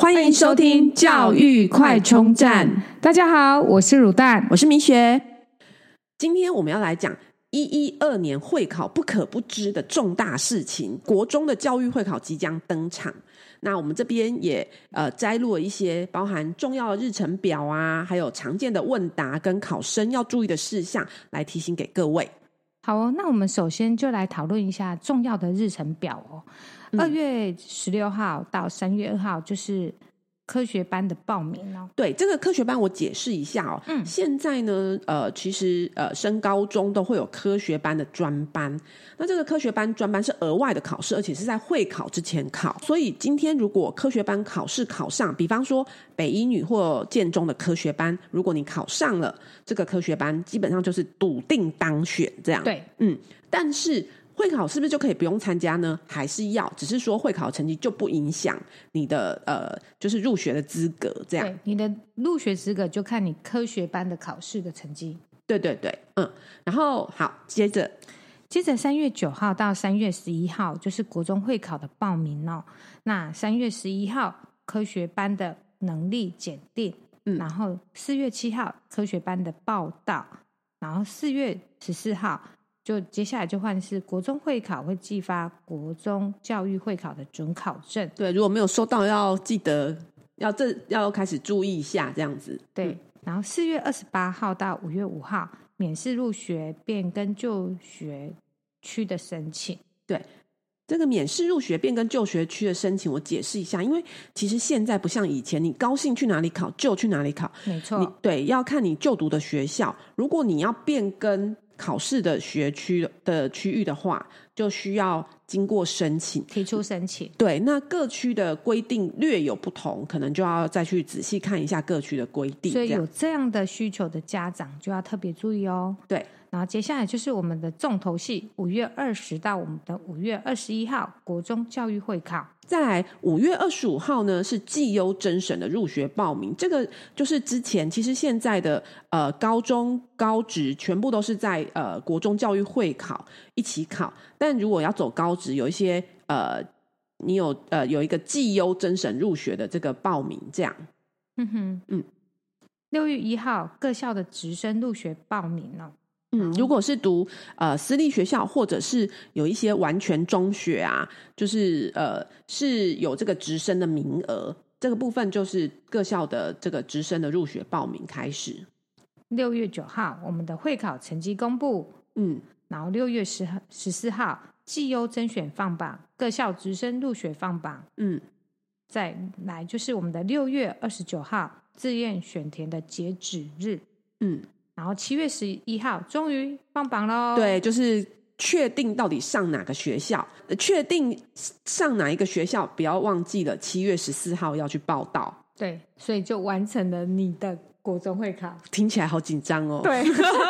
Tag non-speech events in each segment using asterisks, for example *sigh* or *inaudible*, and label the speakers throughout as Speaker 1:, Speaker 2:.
Speaker 1: 欢迎收听教育快充站，
Speaker 2: 大家好，我是乳蛋。
Speaker 1: 我是明学。今天我们要来讲一一二年会考不可不知的重大事情，国中的教育会考即将登场。那我们这边也呃摘录了一些包含重要的日程表啊，还有常见的问答跟考生要注意的事项，来提醒给各位。
Speaker 2: 好哦，那我们首先就来讨论一下重要的日程表哦。
Speaker 1: 嗯
Speaker 2: 二月十六号到三月二号就是科学班的报名哦。
Speaker 1: 对这个科学班，我解释一下哦。
Speaker 2: 嗯
Speaker 1: 现在呢，呃，其实呃，升高中都会有科学班的专班。那这个科学班专班是额外的考试，而且是在会考之前考。所以今天如果科学班考试考上，比方说北一女或建中的科学班，如果你考上了这个科学班，基本上就是笃定当选这样。
Speaker 2: 对，
Speaker 1: 但是会考是不是就可以不用参加呢？还是要？只是说会考成绩就不影响你的呃，就是入学的资格这样。
Speaker 2: 对，你的入学资格就看你科学班的考试的成绩。
Speaker 1: 对对对，嗯，然后好，接着
Speaker 2: 接着三月九号到三月十一号就是国中会考的报名哦。那三月十一号科学班的能力检定，
Speaker 1: 嗯
Speaker 2: 然后四月七号科学班的报道，然后四月十四号就接下来就换是国中会考会寄发国中教育会考的准考证。
Speaker 1: 对，如果没有收到，要记得要这要开始注意一下，这样子。
Speaker 2: 对，
Speaker 1: 嗯
Speaker 2: 然后四月二十八号到五月五号免试入学变更就学区的申请。
Speaker 1: 这个免试入学变更就学区的申请，我解释一下，因为其实现在不像以前，你高兴去哪里考就去哪里考，
Speaker 2: 没错，
Speaker 1: 你对要看你就读的学校。如果你要变更考试的学区的区域的话，就需要经过申请。
Speaker 2: 提出申请。
Speaker 1: 对，那各区的规定略有不同，可能就要再去仔细看一下各区的规定。
Speaker 2: 所以
Speaker 1: 这样
Speaker 2: 有这样的需求的家长就要特别注意哦。
Speaker 1: 对，
Speaker 2: 然后接下来就是我们的重头戏，五月二十到我们的五月二十一号国中教育会考。
Speaker 1: 再来，五月二十五号呢是绩优甄选的入学报名，这个就是之前其实现在的呃高中、高职全部都是在呃国中教育会考一起考，但如果要走高职，有一些呃你有呃有一个绩优甄选入学的这个报名，这样
Speaker 2: 嗯哼，
Speaker 1: 嗯。
Speaker 2: 六月一号各校的直升入学报名哦。
Speaker 1: 嗯，如果是读呃私立学校，或者是有一些完全中学啊，就是呃是有这个直升的名额，这个部分就是各校的这个直升的入学报名开始。
Speaker 2: 六月九号我们的会考成绩公布，
Speaker 1: 嗯，
Speaker 2: 然后六月十号十四号绩优甄选放榜，各校直升入学放榜。
Speaker 1: 嗯，
Speaker 2: 再来就是我们的六月二十九号志愿选填的截止日。
Speaker 1: 嗯，
Speaker 2: 然后七月十一号终于放榜喽。，
Speaker 1: 对，就是确定到底上哪个学校，呃确定上哪一个学校，不要忘记了七月十四号要去报道。
Speaker 2: 对，所以就完成了你的国中会考。
Speaker 1: 听起来好紧张哦。，
Speaker 2: 对， *laughs*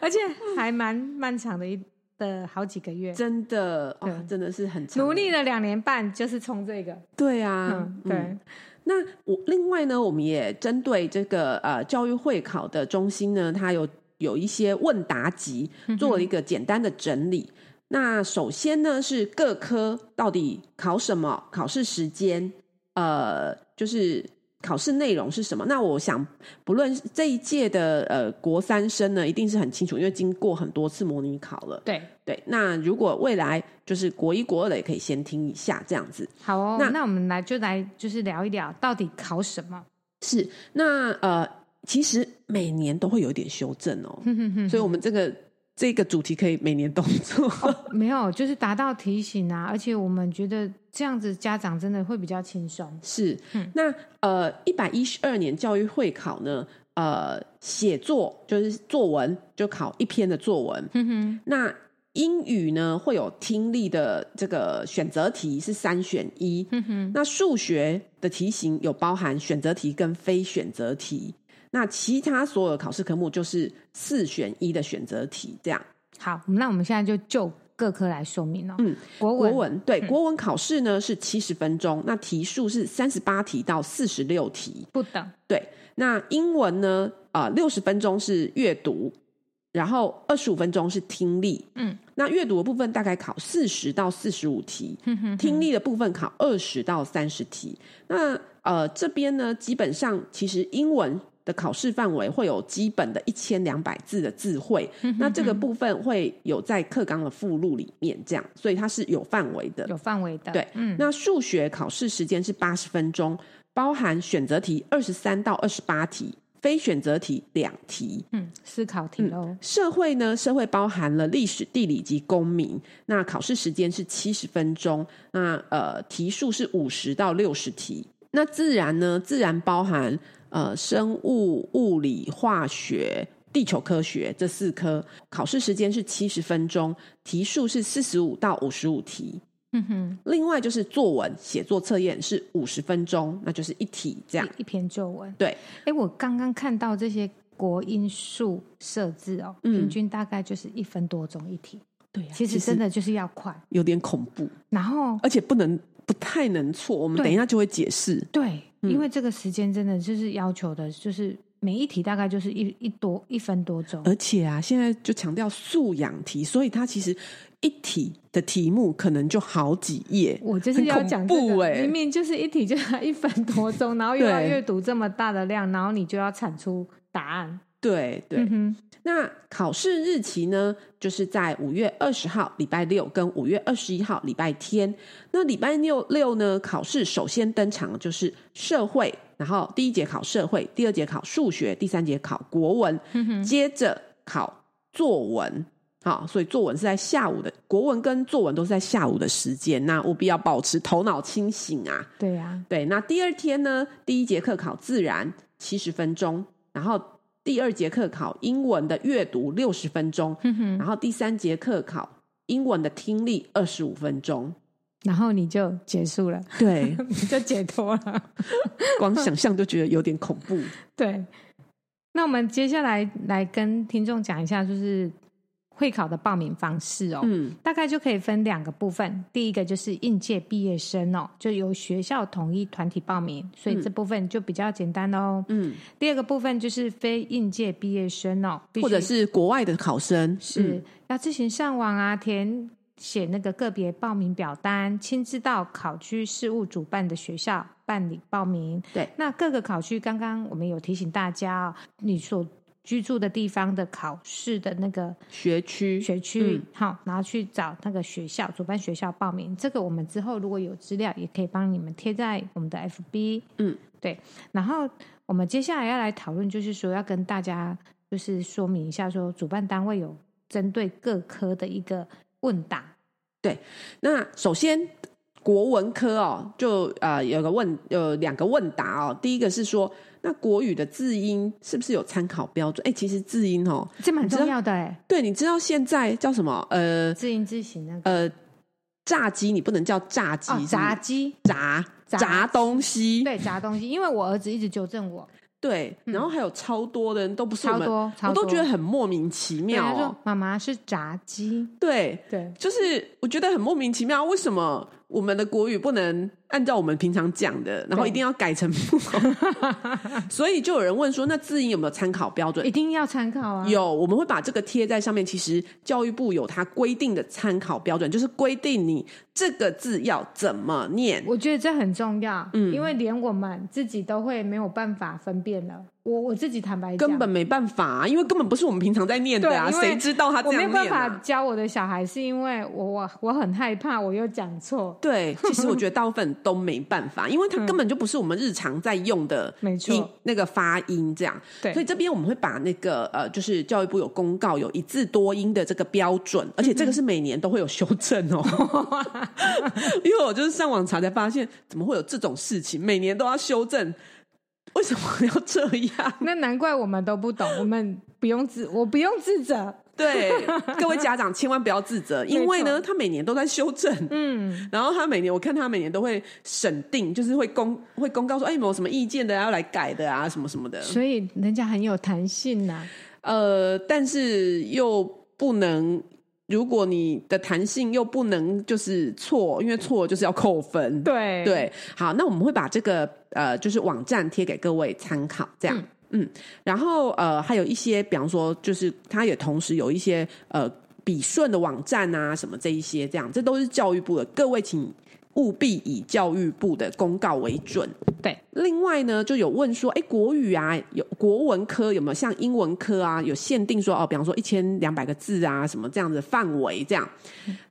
Speaker 2: 而且还蛮漫长的一的好几个月，
Speaker 1: 真的，哦
Speaker 2: 对、
Speaker 1: 真的是很长
Speaker 2: 努。力了两年半，就是冲这个。
Speaker 1: 对啊，
Speaker 2: 嗯，对，
Speaker 1: 那我另外呢，我们也针对这个呃教育会考的中心呢，它有有一些问答集，做了一个简单的整理。那首先呢是各科到底考什么，考试时间，呃，就是考试内容是什么。那我想，不论是这一届的呃国三生呢，一定是很清楚，因为经过很多次模拟考了。
Speaker 2: 对，
Speaker 1: 对，那如果未来就是国一国二的，也可以先听一下这样子。
Speaker 2: 好哦，
Speaker 1: 那
Speaker 2: 那我们来就来就是聊一聊到底考什么。
Speaker 1: 是，那呃，其实每年都会有一点修正哦，
Speaker 2: 哼哼哼
Speaker 1: 所以我们这个这个主题可以每年都做。
Speaker 2: 没有，就是达到提醒啊，而且我们觉得这样子家长真的会比较轻松。
Speaker 1: 是
Speaker 2: 嗯，
Speaker 1: 那呃，一百一十二年教育会考呢，呃，写作就是作文，就考一篇的作文。
Speaker 2: 哼嗯哼，
Speaker 1: 那英语呢，会有听力的这个选择题是三选一，
Speaker 2: 哼嗯哼，
Speaker 1: 那数学的题型有包含选择题跟非选择题，那其他所有的考试科目就是四选一的选择题这样。
Speaker 2: 好，那我们现在就就各科来说明哦。
Speaker 1: 嗯，
Speaker 2: 国
Speaker 1: 国
Speaker 2: 文，
Speaker 1: 文对国文考试呢是七十分钟，那题数是三十八题到四十六题。
Speaker 2: 不等，
Speaker 1: 对，那英文呢啊六十分钟是阅读，然后二十五分钟是听力。
Speaker 2: 嗯，
Speaker 1: 那阅读的部分大概考四十到四十五题，
Speaker 2: 哼哼，
Speaker 1: 听力的部分考二十到三十题。那呃，这边呢，基本上其实英文的考试范围会有基本的一千两百字的字汇，那这个部分会有在课纲的附录里面，这样，所以它是有范围的。
Speaker 2: 有范围的，
Speaker 1: 对，
Speaker 2: 嗯，
Speaker 1: 那数学考试时间是八十分钟，包含选择题二十三到二十八题，非选择题两题。
Speaker 2: 嗯，思考题喽，
Speaker 1: 社会呢，社会包含了历史、地理及公民。那考试时间是七十分钟，那呃题数是五十到六十题。那自然呢，自然包含呃生物、物理、化学、地球科学这四科。考试时间是七十分钟，题数是四十五到五十五题。
Speaker 2: 嗯哼，
Speaker 1: 另外就是作文写作测验是五十分钟，那就是一题这样。
Speaker 2: 一一篇旧文。
Speaker 1: 对，
Speaker 2: 哎，我刚刚看到这些国音数设置哦，
Speaker 1: 嗯
Speaker 2: 平均大概就是一分多钟一题，
Speaker 1: 对、
Speaker 2: 啊其实真的就是要快，
Speaker 1: 有点恐怖，
Speaker 2: 然后
Speaker 1: 而且不能不太能错。我们
Speaker 2: 对
Speaker 1: 等一下就会解释。
Speaker 2: 对，
Speaker 1: 嗯
Speaker 2: 因为这个时间真的就是要求的，就是每一题大概就是一一多一分多钟，
Speaker 1: 而且啊，现在就强调素养题，所以它其实一题的题目可能就好几页。
Speaker 2: 我就是要讲这
Speaker 1: 很恐怖
Speaker 2: 个，
Speaker 1: 欸
Speaker 2: 明明就是一题就要一分多钟，然后又要
Speaker 1: 对
Speaker 2: 阅读这么大的量，然后你就要产出答案。
Speaker 1: 对对，
Speaker 2: 嗯哼，
Speaker 1: 那考试日期呢，就是在五月二十号礼拜六跟五月二十一号礼拜天。那礼拜六六呢，考试首先登场的就是社会，然后第一节考社会，第二节考数学，第三节考国文，接着考作文。好，所以作文是在下午的，国文跟作文都是在下午的时间，那务必要保持头脑清醒啊。
Speaker 2: 对呀、
Speaker 1: 对，那第二天呢，第一节课考自然七十分钟，然后第二节课考英文的阅读六十分钟，
Speaker 2: 嗯哼，
Speaker 1: 然后第三节课考英文的听力二十五分钟。
Speaker 2: 然后你就结束了， *laughs*
Speaker 1: *laughs* 对，
Speaker 2: 你就解脱了。
Speaker 1: 光想象就觉得有点恐怖。
Speaker 2: 对，那我们接下来来跟听众讲一下，就是会考的报名方式哦。
Speaker 1: 嗯，
Speaker 2: 大概就可以分两个部分，第一个就是应届毕业生哦，就由学校统一团体报名，所以这部分就比较简单哦。
Speaker 1: 嗯，
Speaker 2: 第二个部分就是非应届毕业生哦，必须
Speaker 1: 或者是国外的考生嗯
Speaker 2: 是、要自行上网啊，填写那个个别报名表单，亲自到考区事务主办的学校办理报名。
Speaker 1: 对，
Speaker 2: 那各个考区，刚刚我们有提醒大家哦，你所居住的地方的考试的那个
Speaker 1: 学区，
Speaker 2: 学区
Speaker 1: 嗯，
Speaker 2: 好、然后去找那个学校主办学校报名。这个我们之后如果有资料，也可以帮你们贴在我们的 FB。
Speaker 1: 嗯，
Speaker 2: 对。然后我们接下来要来讨论，就是说要跟大家就是说明一下，说主办单位有针对各科的一个问答。
Speaker 1: 那首先国文科哦，就呃有个问有两个问答哦，第一个是说。那国语的字音是不是有参考标准？哎、其实字音哦，
Speaker 2: 这蛮
Speaker 1: 你知
Speaker 2: 重
Speaker 1: 道
Speaker 2: 要的哎，
Speaker 1: 对，你知道现在叫什么？呃
Speaker 2: 自营自行那个
Speaker 1: 呃，炸鸡你不能叫炸鸡，
Speaker 2: 哦，
Speaker 1: 是
Speaker 2: 炸鸡，
Speaker 1: 炸
Speaker 2: 炸
Speaker 1: 炸东西。
Speaker 2: 对，炸东西。因为我儿子一直纠正 *laughs* 我，
Speaker 1: 对然后还有超多的人都不是我
Speaker 2: 超
Speaker 1: 们，
Speaker 2: 多，超
Speaker 1: 我
Speaker 2: 多
Speaker 1: 都觉得很莫名其
Speaker 2: 对
Speaker 1: 妙
Speaker 2: 他
Speaker 1: 哦
Speaker 2: 说。妈妈是炸鸡，
Speaker 1: 对，
Speaker 2: 对，
Speaker 1: 就是我觉得很莫名其妙，为什么我们的国语不能按照我们平常讲的，然后
Speaker 2: 对
Speaker 1: 一定要改成不同？ *laughs* 所以就有人问说，那字音有没有参考标准
Speaker 2: 一？定要参考啊。
Speaker 1: 有，我们会把这个贴在上面。其实教育部有它规定的参考标准，就是规定你这个字要怎么念。
Speaker 2: 我觉得这很重要，
Speaker 1: 嗯
Speaker 2: 因为连我们自己都会没有办法分辨了。我我自己坦白讲，
Speaker 1: 根本没办法、啊，因为根本不是我们平常在念的啊，
Speaker 2: 对因为
Speaker 1: 谁知道他这
Speaker 2: 我没
Speaker 1: 样
Speaker 2: 有办
Speaker 1: 念、
Speaker 2: 法
Speaker 1: 啊？
Speaker 2: 教我的小孩，是因为我我我很害怕，我又讲错。 *laughs*
Speaker 1: 对，其实我觉得大部分都没办法，因为它根本就不是我们日常在用的音，
Speaker 2: 嗯没错
Speaker 1: 那个发音这样。
Speaker 2: 对
Speaker 1: 所以这边我们会把那个呃，就是教育部有公告有一字多音的这个标准，而且这个是每年都会有修正
Speaker 2: *laughs*
Speaker 1: 哦。因为我就是上网查才发现，怎么会有这种事情，每年都要修正，为什么要这样？
Speaker 2: 那难怪我们都不懂，我们不用自，我不用自责。
Speaker 1: 对， *laughs* 各位家长千万不要自责，因为呢，他每年都在修正。
Speaker 2: 嗯，
Speaker 1: 然后他每年，我看他每年都会审定，就是会公会公告说，哎，有没有什么意见的啊要来改的啊，什么什么的。
Speaker 2: 所以人家很有弹性呐、啊
Speaker 1: 呃，但是又不能，如果你的弹性又不能就是错，因为错就是要扣分。
Speaker 2: 对，
Speaker 1: 对，好，那我们会把这个呃，就是网站贴给各位参考，这样。嗯然后呃，还有一些，比方说，就是它也同时有一些呃笔顺的网站啊，什么这一些，这样，这都是教育部的。各位请务必以教育部的公告为准。
Speaker 2: 对，
Speaker 1: 另外呢，就有问说，哎，国语啊，有国文科有没有像英文科啊，有限定说哦，比方说一千两百个字啊，什么这样子的范围这样？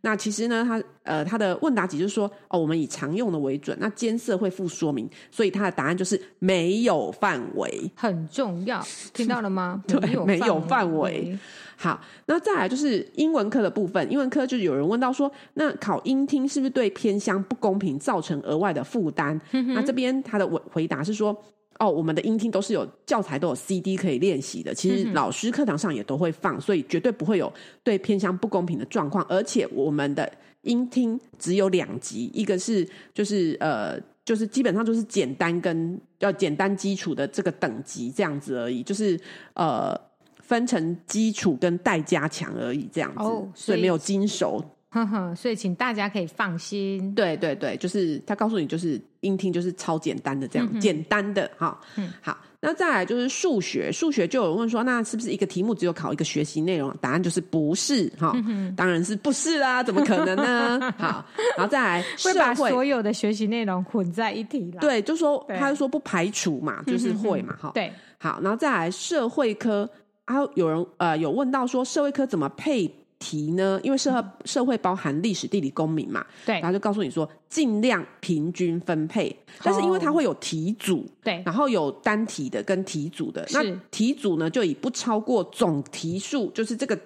Speaker 1: 那其实呢，他呃他的问答题就是说，哦，我们以常用的为准，那监测会附说明，所以他的答案就是没有范围。
Speaker 2: 很重要，听到了吗？
Speaker 1: *laughs* 对没有
Speaker 2: 范
Speaker 1: 范围。好，那再来就是英文科的部分。英文科就是有人问到说，那考英听是不是对偏乡不公平，造成额外的负担？那这边他的回回答是说，哦，我们的英听都是有教材都有 CD 可以练习的，其
Speaker 2: 嗯
Speaker 1: 实老师课堂上也都会放，所以绝对不会有对偏乡不公平的状况。而且我们的英听只有两级，一个是就是呃。就是基本上就是简单跟要简单基础的这个等级这样子而已，就是呃分成基础跟待加强而已，这样子，
Speaker 2: 哦所
Speaker 1: 所
Speaker 2: 以
Speaker 1: 以没有精熟。
Speaker 2: 呵呵，所以请大家可以放心。
Speaker 1: 对对对，就是他告诉你，就是音听就是超简单的这样，简单的哈。
Speaker 2: 嗯
Speaker 1: 好，那再来就是数学，数学就有人问说，那是不是一个题目只有考一个学习内容？答案就是不是哈，
Speaker 2: 嗯
Speaker 1: 当然是不是
Speaker 2: *laughs*
Speaker 1: 啦，怎么可能呢？好，然后再来社
Speaker 2: 会把
Speaker 1: 会
Speaker 2: 所有的学习内容混在一起啦。
Speaker 1: 对，就说
Speaker 2: 对嗯
Speaker 1: 他就说不排除嘛，就是会嘛哈。
Speaker 2: 对，
Speaker 1: 好，然后再来社会科，还、有有人呃有问到说社会科怎么配题呢？因为社会社会包含历史、地理、公民嘛，
Speaker 2: 对
Speaker 1: 然后就告诉你说尽量平均分配，但是因为它会有题组，
Speaker 2: 对，
Speaker 1: 然后有单题的跟题组的，那
Speaker 2: 是
Speaker 1: 题组呢就以不超过总题数，就是这个。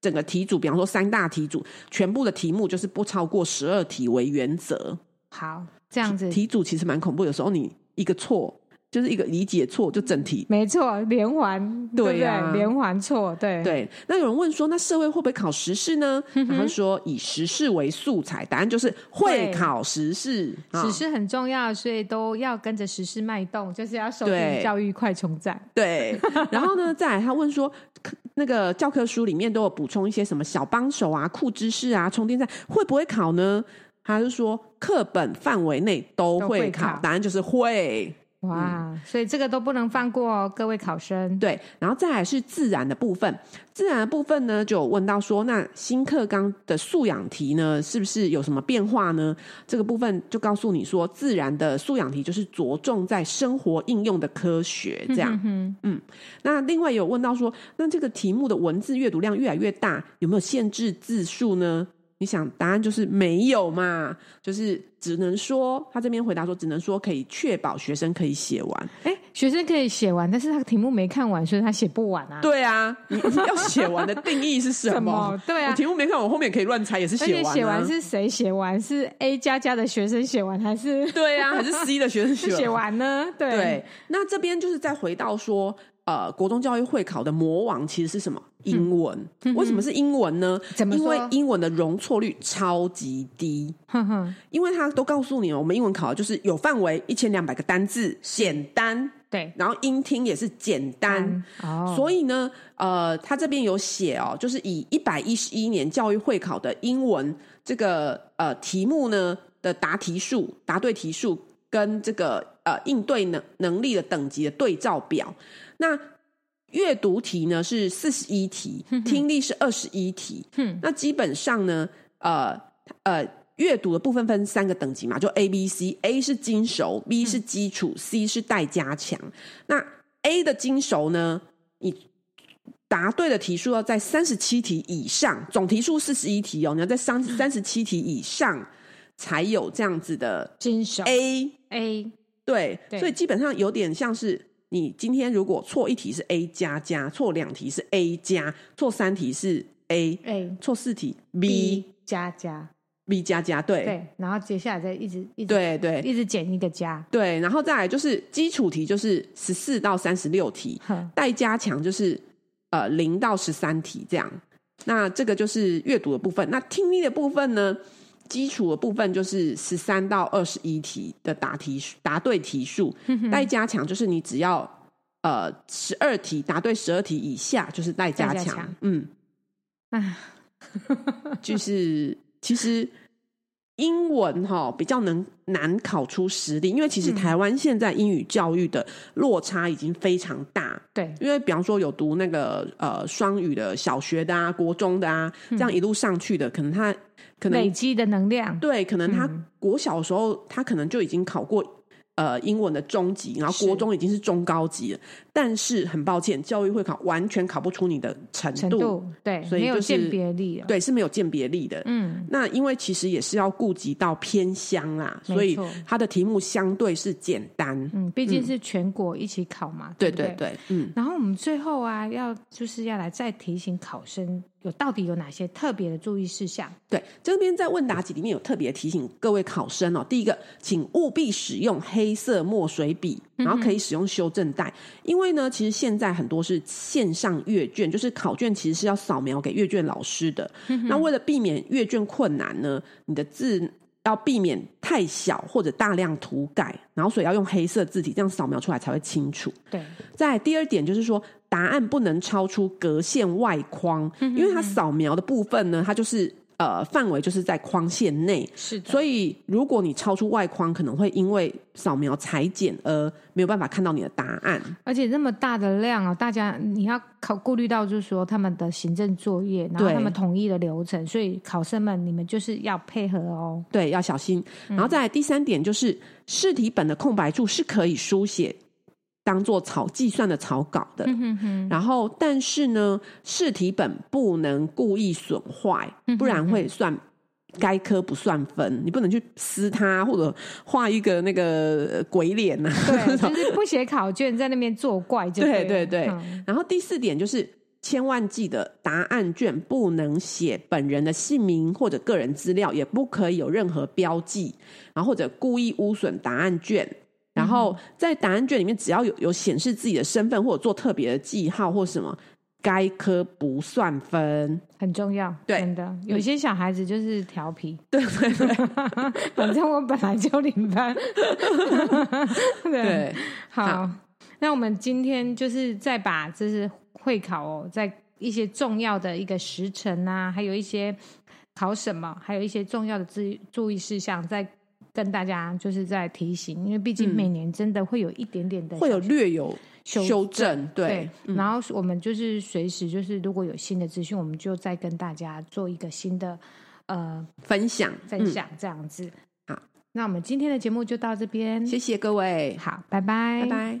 Speaker 1: 整个题组，比方说三大题组，全部的题目就是不超过十二题为原则。
Speaker 2: 好，这样子，
Speaker 1: 题组其实蛮恐怖，有时候你一个错，就是一个理解错，就整题
Speaker 2: 没错，连环，
Speaker 1: 对
Speaker 2: 不
Speaker 1: 啊
Speaker 2: 对？连环错，对，
Speaker 1: 对，啊那有人问说，那社会会不会考时事呢？然后说以时事为素材，答案就是会
Speaker 2: 会
Speaker 1: 考时事。啊
Speaker 2: 时事很重要，所以都要跟着时事脉动，就是要收听
Speaker 1: 对
Speaker 2: 教育快充站。
Speaker 1: 对，然后呢，再来他问说，可那个教科书里面都有补充一些什么小帮手啊、酷知识啊、充电站，会不会考呢？他就说课本范围内都
Speaker 2: 都会
Speaker 1: 会
Speaker 2: 考
Speaker 1: 考，答案就是会。
Speaker 2: 哇，所以这个都不能放过哦，各位考生。
Speaker 1: 对，然后再来是自然的部分，自然的部分呢，就有问到说，那新课纲的素养题呢，是不是有什么变化呢？这个部分就告诉你说，自然的素养题就是着重在生活应用的科学这样。
Speaker 2: 嗯
Speaker 1: 那另外有问到说，那这个题目的文字阅读量越来越大，有没有限制字数呢？你想，答案就是没有嘛，就是只能说他这边回答说，只能说可以确保学生可以写完。
Speaker 2: 哼，哎，学生可以写完，但是他题目没看完，所以他写不完啊。
Speaker 1: 对啊，你 *laughs* 你要写完的定义是什
Speaker 2: 什
Speaker 1: 么
Speaker 2: 么？对啊
Speaker 1: 我题目没看，我后面可以乱猜，也是
Speaker 2: 而
Speaker 1: 写
Speaker 2: 且
Speaker 1: 完、啊。
Speaker 2: 写完是谁写完？是 A 加加的学生写完，还是
Speaker 1: 对啊， *laughs*
Speaker 2: *laughs*
Speaker 1: 还是 C 的学生写
Speaker 2: 写完呢？对，
Speaker 1: 对，那这边就是再回到说，呃，国中教育会考的魔王其实是什么？英文。为什么是英文呢？
Speaker 2: 嗯怎么
Speaker 1: 因
Speaker 2: 说
Speaker 1: 为英文的容错率超级低，
Speaker 2: 哼哼，
Speaker 1: 因为他都告诉你了，我们英文考的就是有范围，一千两百个单字，简单，
Speaker 2: 对，
Speaker 1: 然后音听也是简单。
Speaker 2: 哦，
Speaker 1: 嗯所以呢，呃，他这边有写哦，就是以一百一十一年教育会考的英文这个呃题目呢的答题数、答对题数跟这个呃应对能能力的等级的对照表。那阅读题呢是四十一题，听力是二十一题。
Speaker 2: 哼
Speaker 1: 那基本上呢，呃呃，阅读的部分分三个等级嘛，就 A、B、C，A 是精熟，B 是基础、c 是待加强。那 A 的精熟呢，你答对的题数要在三十七题以上，总题数四十一题哦，你要在三三十七题以上才有这样子的
Speaker 2: 金手
Speaker 1: A。
Speaker 2: A
Speaker 1: 嗯对，
Speaker 2: 对
Speaker 1: 所以基本上有点像是你今天如果错一题是 A 加加，错两题是 A 加，错三题是 A，
Speaker 2: A
Speaker 1: 错四题 B
Speaker 2: B 加加，
Speaker 1: B 加加，对
Speaker 2: 对，然后接下来再一直一直
Speaker 1: 对对
Speaker 2: 一直减一个加，
Speaker 1: 对，然后再来就是基础题，就是十四到三十六题，
Speaker 2: 哼，
Speaker 1: 待加强就是呃零到十三题这样。那这个就是阅读的部分，那听力的部分呢？基础的部分就是十三到二十一题的答题 *laughs* 数答对题数，待加强就是你只要呃十二题答对十二题以下就是待加
Speaker 2: 待加
Speaker 1: 强，
Speaker 2: 强
Speaker 1: 嗯， *laughs*
Speaker 2: 啊，
Speaker 1: 就是其实英文哈、比较能难考出实力，因为其实台湾现在英语教育的落差已经非常大，
Speaker 2: 对，
Speaker 1: 因为比方说有读那个呃双语的小学的啊、国中的啊，
Speaker 2: 嗯
Speaker 1: 这样一路上去的，可能他可
Speaker 2: 累
Speaker 1: 能
Speaker 2: 积的能量，嗯
Speaker 1: 对，可能他国小的时候、他可能就已经考过呃英文的中级，然后
Speaker 2: 是
Speaker 1: 国中已经是中高级了。但是很抱歉，教育会考完全考不出你的程
Speaker 2: 程度对，
Speaker 1: 所以
Speaker 2: 没有
Speaker 1: 就是
Speaker 2: 鉴别力了。
Speaker 1: 对，是没有鉴别力的。
Speaker 2: 嗯，
Speaker 1: 那因为其实也是要顾及到偏乡啦，
Speaker 2: 没
Speaker 1: 所以
Speaker 2: 错
Speaker 1: 它的题目相对是简单。
Speaker 2: 嗯，毕竟是全国一起考嘛，
Speaker 1: 对
Speaker 2: 不
Speaker 1: 对对，嗯，
Speaker 2: 然后我们最后啊，要就是要来再提醒考生，有到底有哪些特别的注意事项？
Speaker 1: 对。这边在问答题里面有特别提醒各位考生哦，第一个，请务必使用黑色墨水笔，然后可以使用修正带，因为呢，其实现在很多是线上阅卷，就是考卷其实是要扫描给阅卷老师的。那为了避免阅卷困难呢，你的字要避免太小或者大量涂改，然后所以要用黑色字体，这样扫描出来才会清楚。
Speaker 2: 对，
Speaker 1: 再来第二点就是说，答案不能超出格线外框，因为它扫描的部分呢，它就是呃范围就是在框线内，
Speaker 2: 是的，
Speaker 1: 所以如果你超出外框，可能会因为扫描裁剪而没有办法看到你的答案。
Speaker 2: 而且这么大的量哦，大家你要考顾虑到，就是说他们的行政作业，然后
Speaker 1: 对
Speaker 2: 他们统一的流程，所以考生们你们就是要配合哦。嗯
Speaker 1: 对，要小心。然后再来第三点就是，试题本的空白处是可以书写当做草计算的草稿的。
Speaker 2: 嗯哼哼，
Speaker 1: 然后，但是呢，试题本不能故意损坏，
Speaker 2: 嗯
Speaker 1: 不然会算该科不算分。你不能去撕它，或者画一个那个呃鬼脸呐、 *laughs*
Speaker 2: 对，就是不写考卷，在那边作怪就
Speaker 1: 对
Speaker 2: 对了
Speaker 1: 对对
Speaker 2: 嗯
Speaker 1: 然后第四点就是，千万记得答案卷不能写本人的姓名或者个人资料，也不可以有任何标记，然后或者故意污损答案卷。然后在答案卷里面，只要有有显示自己的身份或者做特别的记号或什么，该科不算分。
Speaker 2: 很重要，
Speaker 1: 对
Speaker 2: 真的。有些小孩子就是调皮，
Speaker 1: *laughs* 对对对
Speaker 2: 反正我本来就
Speaker 1: *laughs*
Speaker 2: 领班。对，
Speaker 1: 对，
Speaker 2: 好
Speaker 1: 好，
Speaker 2: 那我们今天就是再把就是会考哦，在一些重要的一个时辰啊，还有一些考什么，还有一些重要的注意注意事项，再跟大家就是在提醒，因为毕竟每年真的会有一点点的
Speaker 1: 嗯会有略有
Speaker 2: 修
Speaker 1: 修正。对嗯
Speaker 2: 对，，然后我们就是随时就是如果有新的资讯，我们就再跟大家做一个新的呃
Speaker 1: 分享
Speaker 2: 分、
Speaker 1: 嗯
Speaker 2: 享，这样子。
Speaker 1: 好，
Speaker 2: 那我们今天的节目就到这边，
Speaker 1: 嗯谢谢各位，
Speaker 2: 好，拜拜，
Speaker 1: 拜拜。